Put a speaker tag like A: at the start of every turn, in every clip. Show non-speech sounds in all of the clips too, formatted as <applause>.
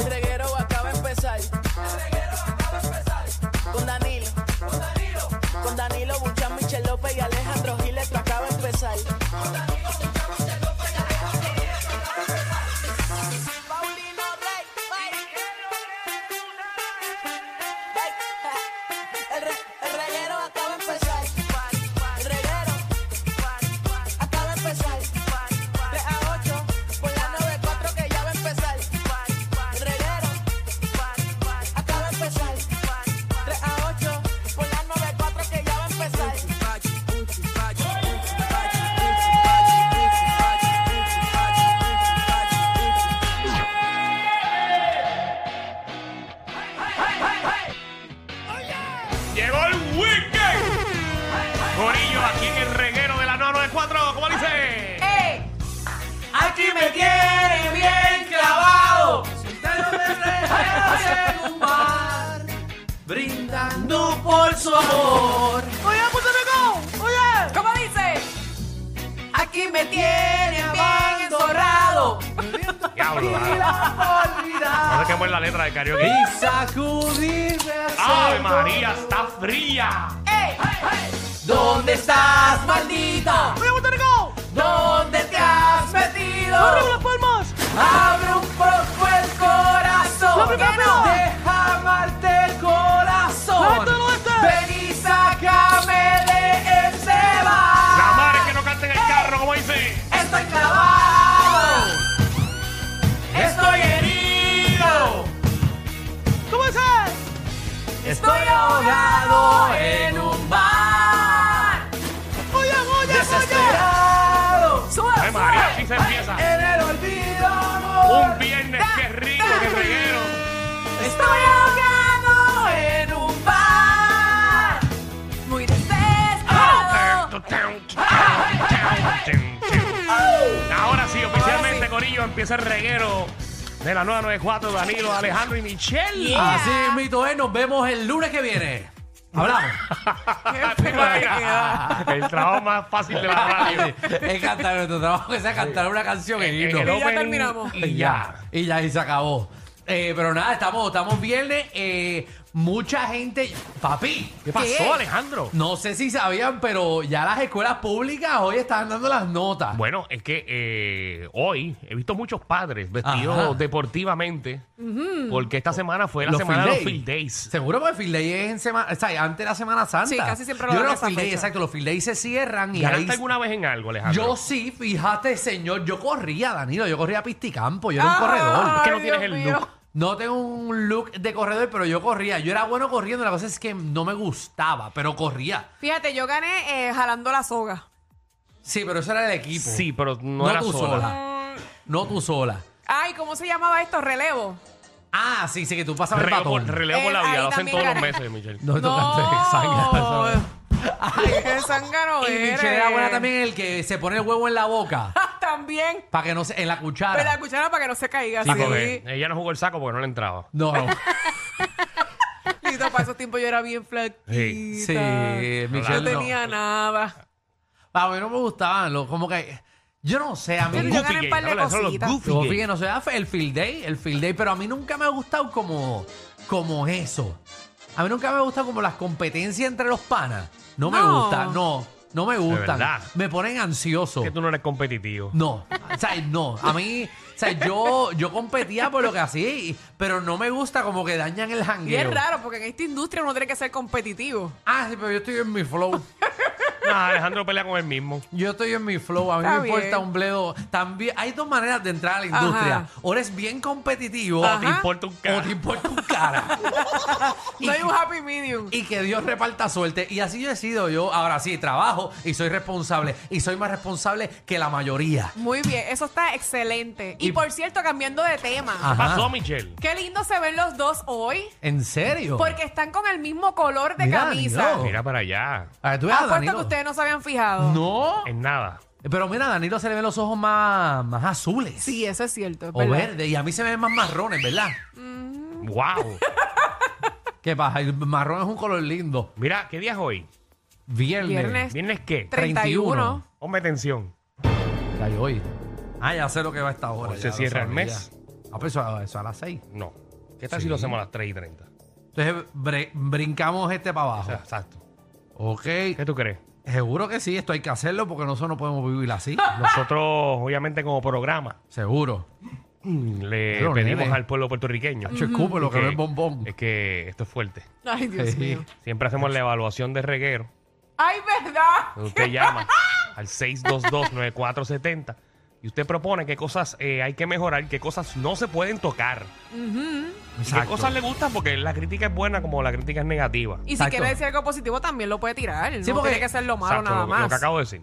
A: El reguero acaba de empezar. Con Danilo. Con Danilo Buchan, Michel López y Alejandro Giles, esto acaba de empezar. Paulino Rey, bye. El re- el reguero acaba de empezar. El reguero acaba de empezar. 3 a 8, por la 9-4 que ya va a empezar. El reguero acaba de empezar. 3 a 8, por la 9-4 que ya va a empezar.
B: Llegó el weekend. Corillo, aquí en el reguero de la 994, ¿cómo dice?
C: Aquí me tiene bien clavado. Sentado en el rejas en un bar, brindando por su amor.
A: Oye, Puerto Rico, oye. ¿Cómo dice?
C: Aquí me tiene abandonado.
B: Diablo,
C: Y
B: no
C: la olvidar.
B: sé qué es la letra de karaoke.
C: Y sacudirme al
B: ¡Ay,
C: sol.
B: María, está fría!
C: ¿Dónde estás, maldita?
A: Oye, Puerto Rico.
C: ¿Dónde te has
A: Arriba
C: metido?
A: las palmas.
C: Abre un poco el corazón.
A: La primera no.
C: Deja amarte el
A: La
C: corazón.
A: gente del oeste.
C: Ven y sácame de ese
B: La
C: bar.
B: madre que no canta en el carro, ¿cómo dice?
C: Estoy clavado. Estoy herido.
A: ¿Cómo dice?
C: Estoy ahogado en un bar.
A: Oye, oye, oye.
C: Desesperado.
B: ¡Ay, María, así se empieza!
C: En el olvido, amor.
B: Un viernes, qué rico, qué reguero.
C: Estoy ahogado en un bar.
D: Muy desesperado.
B: Ahora sí, oficialmente, Corillo, empieza el reguero de la 994, Danilo, Alejandro y Michelle.
C: Así mito es, nos vemos el lunes que viene. Hablamos.
B: <laughs> ¿Te imaginas? El trabajo más fácil de
D: <laughs>
B: la radio.
C: <laughs> es cantar nuestro trabajo, es cantar una canción en
B: El
C: himno.
B: open
D: terminamos.
B: Y ya.
C: Y ya, y se acabó. Eh, pero nada, estamos, estamos viernes. eh, mucha gente. Papi,
B: ¿Qué pasó, Alejandro?
C: no sé si sabían, pero ya las escuelas públicas hoy están dando las notas.
B: Bueno, es que eh, hoy he visto muchos padres vestidos
C: Ajá.
B: deportivamente porque esta semana fue la
C: Los
B: semana de
C: field
B: los
C: day.
B: field days.
C: Seguro porque Field Day es en semana, o sea, antes de la Semana Santa.
D: Sí, casi siempre lo
C: Yo creo que
D: dan a esa
C: Field Day,
D: fecha.
C: exacto, los Field Days se cierran y ahí
B: ¿Ganaste alguna vez en algo, Alejandro?
C: Yo sí, fíjate, señor, yo corría, Danilo, yo corría a Pisticampo, yo era un
D: Ah.
C: corredor.
B: Es que no
D: Ay,
B: tienes
D: Dios
B: el
D: mío.
B: look.
C: No tengo un look de corredor, pero yo corría. Yo era bueno corriendo, la cosa es que no me gustaba, pero corría.
D: Fíjate, yo gané eh, jalando la soga.
C: Sí, pero eso era el equipo.
B: Sí, pero no,
C: No
B: era
C: tú
B: sola.
C: sola. No tú sola.
D: Ay, ¿cómo se llamaba esto? Relevo.
C: Ah, sí, sí, que tú pasabas el
B: Relevo por,
C: batón.
B: relevo por la
D: Eh,
B: vida,
D: ahí
B: lo hacen
D: también
B: todos los
D: gané.
B: meses, Michelle.
C: No, <laughs> tocaste sangre.
D: ¡Qué zángano
C: Y
D: eres!
C: Michelle era buena también en el que se pone el huevo en la boca
D: <laughs> También.
C: para que no se... en la cuchara.
D: Pero la cuchara para que no se caiga.
B: Sí,
D: así.
B: <laughs> porque ella no jugó el saco porque no le entraba.
C: No,
D: <laughs>
C: no.
D: Lito, para esos tiempos yo era bien flaquita.
B: Sí.
C: Sí, Michelle
D: No
C: no.
D: tenía nada.
C: A mí no me gustaban, los, como que... Yo no sé, a mí...
D: Pero yo gané un par de
B: habla, son los
D: cositas.
B: goofy
C: Yo
B: games.
C: fíjate, no sé, el field day, el field day, pero a mí nunca me ha gustado como, como eso. A mí nunca me ha gustado como las competencias entre los panas. No me
D: No.
C: gustan, no, no me gustan.
B: verdad.
C: Me ponen ansioso.
B: Que tú no eres competitivo.
C: No, o sea, no. A mí, o sea, yo, yo competía por lo que hacía, y- pero no me gusta como que dañan el
D: Y es
C: jangueo.
D: raro porque en esta industria uno tiene que ser competitivo.
C: Ah, sí, pero yo estoy en mi flow.
B: Ah, Alejandro pelea con él mismo.
C: Yo estoy en mi flow, a mí
D: Está
C: me importa
D: bien.
C: un bledo. También hay dos maneras de entrar a la industria.
D: Ajá.
C: O eres bien competitivo
B: Te importa un
C: o
B: carajo.
C: te importa un cara. y,
D: No hay un happy medium.
C: y que Dios reparta suerte. Y así yo he sido yo. Ahora sí, trabajo y soy responsable. Y soy más responsable que la mayoría.
D: Muy bien, eso está excelente. Y,
C: Y-
D: por cierto, cambiando de tema,
B: ¿Qué
C: Ajá.
B: pasó, Michelle?
D: qué lindo se ven los dos hoy.
C: ¿En serio?
D: Porque están con el mismo color de
C: Mira,
D: camisa.
C: Danilo.
B: Mira para allá.
C: A ver, tú ves a
D: Apuesto
C: Danilo.
D: que ustedes no se habían fijado.
C: No.
B: En nada.
C: Pero mira, a Danilo se le ven los ojos más, más azules.
D: Sí, eso es cierto. es
C: o
D: verdad.
C: verdes. Y a mí se me ven más marrones,
D: <laughs>
C: ¿verdad?
B: Wow.
C: ¿Qué pasa? El marrón es un color lindo.
B: Mira, ¿qué día es hoy?
C: Viernes.
D: Viernes.
B: ¿Viernes qué?
D: 31.
B: Ponme atención.
C: Cayó hoy. Ah, ya sé lo que va a esta hora.
B: Hoy
C: ya
B: se
C: lo
B: cierra el
C: sabía.
B: mes.
C: Ah, pues eso, a- eso a las 6.
B: No. ¿Qué tal si
C: Sí.
B: lo hacemos a las 3 y 30?
C: Entonces bre- brincamos este para abajo.
B: Exacto.
C: Ok.
B: ¿Qué tú crees?
C: Seguro que sí, esto hay que hacerlo porque nosotros no podemos vivir así.
B: Nosotros, obviamente, como programa,
C: Seguro.
B: le
C: Pero,
B: pedimos
C: nene.
B: al pueblo puertorriqueño.
C: Hacho, escúpelo, que no es bombón.
B: Es que esto es fuerte.
D: Ay, Dios
C: Sí.
D: mío.
B: Siempre hacemos la evaluación de reguero.
D: Ay, ¿verdad?
B: Usted
C: <laughs>
B: llama al 622-9470 y usted propone qué cosas eh, hay que mejorar, qué cosas no se pueden tocar, y qué
C: Exacto.
B: cosas le gustan, porque la crítica es buena como la crítica es negativa.
D: Y si
C: Exacto.
D: quiere decir algo positivo, también lo puede tirar.
C: Sí,
D: no
C: porque-
D: tiene que ser lo malo
B: Exacto,
D: nada
B: lo,
D: más.
B: lo que acabo de decir.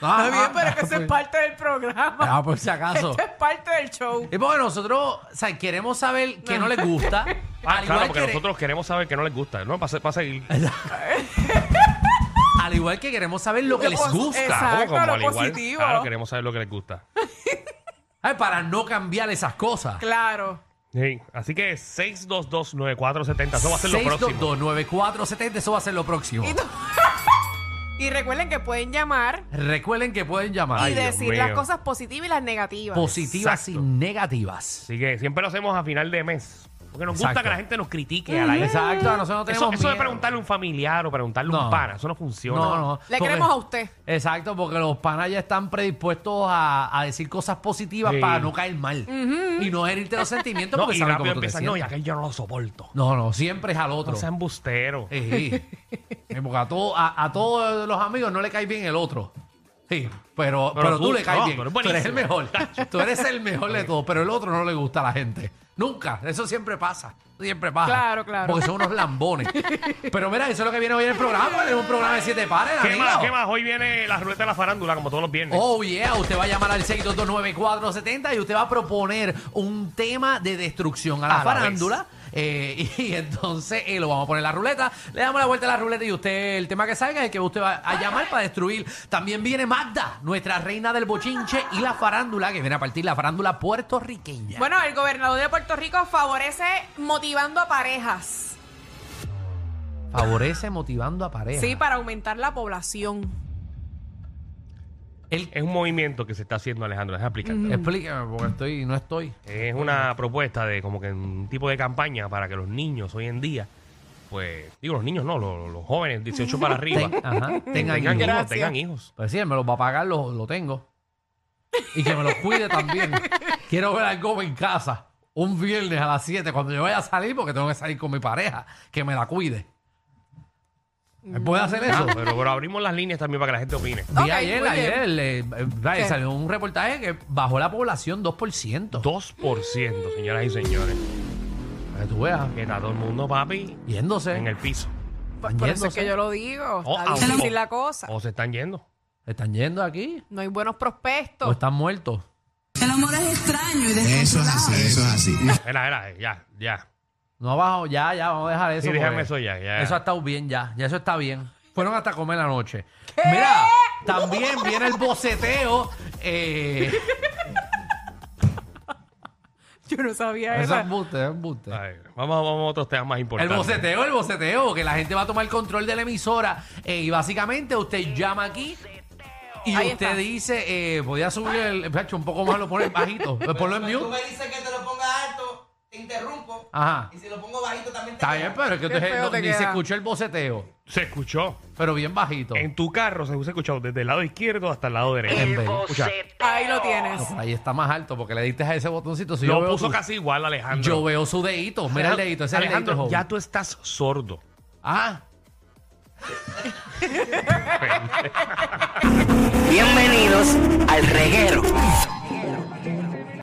C: Ah, <laughs>
D: Está bien,
C: ah,
D: pero es que eso es Este
C: pues-
D: parte del programa.
C: Ah, por si acaso.
D: Esto <laughs> es parte del show.
C: Es porque nosotros o sea, queremos saber qué no les gusta.
B: Ah, claro,
C: al, igual
B: porque
C: que
B: nosotros queremos saber qué no les gusta, ¿no? Para, seguir.
C: al igual que queremos saber lo que
D: Lo
C: les
D: pos-
C: gusta.
D: Exacto, lo
B: al igual.
D: positivo.
B: Claro, queremos saber lo que les gusta.
C: Ay, para no cambiar esas cosas.
D: Claro.
B: Sí, Así que 622-9470, eso va a ser lo próximo.
C: 6229470, eso va a ser lo próximo.
D: Y, tú- <laughs> Y recuerden que pueden llamar
C: Recuerden que pueden llamar.
D: y
B: Dios
D: decir las
B: mío.
D: cosas positivas y las negativas.
C: positivas
B: Exacto.
C: y negativas.
B: Así que siempre lo hacemos a final de mes. Porque nos gusta
C: Exacto.
B: que la gente nos critique a la gente.
C: Exacto, a nosotros no tenemos
B: Eso, eso de
C: miedo.
B: preguntarle a un familiar o preguntarle a un
C: No.
B: pana, eso no funciona.
C: No, no.
D: Le
C: porque-
D: queremos a usted.
C: Exacto, porque los panas ya están predispuestos a, a decir cosas positivas
B: Sí.
C: para no caer mal. Y no herirte
D: <laughs>
C: los sentimientos
B: No,
C: porque
B: y
C: saben
B: rápido
C: cómo tú te
B: empiezan, no, y
C: sientes.
B: aquel yo no lo soporto.
C: No, no, siempre es al otro.
B: No sea embustero.
C: Sí.
B: <laughs>
C: Sí, porque a, todo- a, a todos los amigos no le cae bien el otro. Sí, pero, pero, tú, le caes
B: no,
C: bien.
B: pero es
C: Tú eres el
B: buenísimo.
C: mejor. Tú eres el mejor de todos, pero el otro no le gusta a la gente. Nunca. Eso siempre pasa. Siempre pasa.
D: Claro, claro.
C: Porque son unos
D: <laughs>
C: lambones. pero mira, eso es lo que viene hoy en el programa. Tenemos un programa de siete pares,
B: ¿Qué
C: Danilo.
B: más? ¿Qué más? Hoy viene la ruleta de la farándula, como todos los viernes.
C: Oh, yeah. Usted va a llamar al 6229470 y usted va a proponer un tema de destrucción a la
B: A la
C: farándula. Eh, <laughs> y entonces eh, lo vamos a poner en la ruleta. Le damos la vuelta a la ruleta y usted, el tema que salga es el que usted va a llamar para destruir. También viene Magda, nuestra reina del bochinche y la farándula, que viene a partir la farándula puertorriqueña.
D: Bueno, el gobernador de Puerto Rico favorece motivando a parejas.
C: Favorece motivando a pareja.
D: Sí, para aumentar la población.
C: Él-
B: Es un movimiento que se está haciendo, Alejandro. Déjame explicarte.
C: explíqueme, porque estoy, no estoy.
B: Es una propuesta de como que un tipo de campaña para que los niños hoy en día, pues, digo los niños no, los, los jóvenes 18 para arriba,
C: Ten- ajá, <laughs> tengan
B: tengan
C: hijos.
B: hijos, tengan hijos.
C: Pues sí, él me los va a pagar, lo, lo tengo. Y que me los cuide
B: <laughs>
C: también. Quiero ver al Gobe en casa un viernes a las 7 cuando yo vaya a salir porque tengo que salir con mi pareja, que me la cuide. ¿Me puede hacer
B: Ah,
C: eso?
B: pero, pero abrimos las líneas también para que la gente opine.
C: Vi
D: Ok,
C: ayer,
D: muy
C: ayer, eh, eh, vaya,
D: ¿Qué?
C: salió un reportaje que bajó la población 2%.
B: 2%, señoras y señores.
C: Para que tú veas,
B: Que está todo el mundo, papi,
C: yéndose.
B: en el piso.
D: Por, por eso es
C: Yéndose.
D: que yo lo digo.
B: O
D: Está
B: a-
D: difícil
B: o-
D: la cosa.
B: O se están yendo.
C: ¿Están yendo aquí?
D: No hay buenos
C: ¿O
D: prospectos.
C: están muertos?
E: El amor es extraño y
F: Eso es así, eso es así.
B: Era, era, ya, ya.
C: No ha bajado, ya, ya, vamos a dejar eso.
B: Sí, déjame
C: porque
B: eso ya, ya.
C: Eso ha estado bien ya, ya eso está bien. Fueron hasta comer la noche. Mira, también viene el boceteo.
D: <laughs>
C: eh,
D: Yo no sabía
C: eso es
D: eso.
C: embuste, es embuste.
B: A ver, vamos, vamos a otros temas más
C: El
B: importantes.
C: boceteo, el boceteo, que la gente va a tomar control de la emisora eh, y básicamente usted llama aquí y
D: Ahí
C: usted
D: está.
C: dice, eh, podía subir el, Pacho, un poco más, lo
B: <laughs>
C: pones bajito, ponlo en
G: Pues Tú
C: mute.
G: me dices que te lo ponga alto, te interrumpo.
C: Ajá.
G: Y si lo pongo bajito también te
C: Está bien, pero es que
D: Qué
C: usted
D: feo
C: no-
D: te
C: ni se
D: queda.
C: escuchó el boceteo,
B: Se escuchó.
C: pero bien bajito.
B: En tu carro se hubiese escuchado desde el lado izquierdo hasta el lado derecho.
C: En vez-
B: Escucha,
D: Ahí lo tienes.
C: No, por ahí está más alto porque le diste a ese botoncito. Si yo
B: lo
C: veo
B: puso
C: tu-
B: casi igual, Alejandro.
C: Yo veo su dedito, mira el dedito, ese es el
B: Alejandro,
C: dedito. joven.
B: ya tú estás sordo.
C: Ah.
A: Bienvenidos al reguero.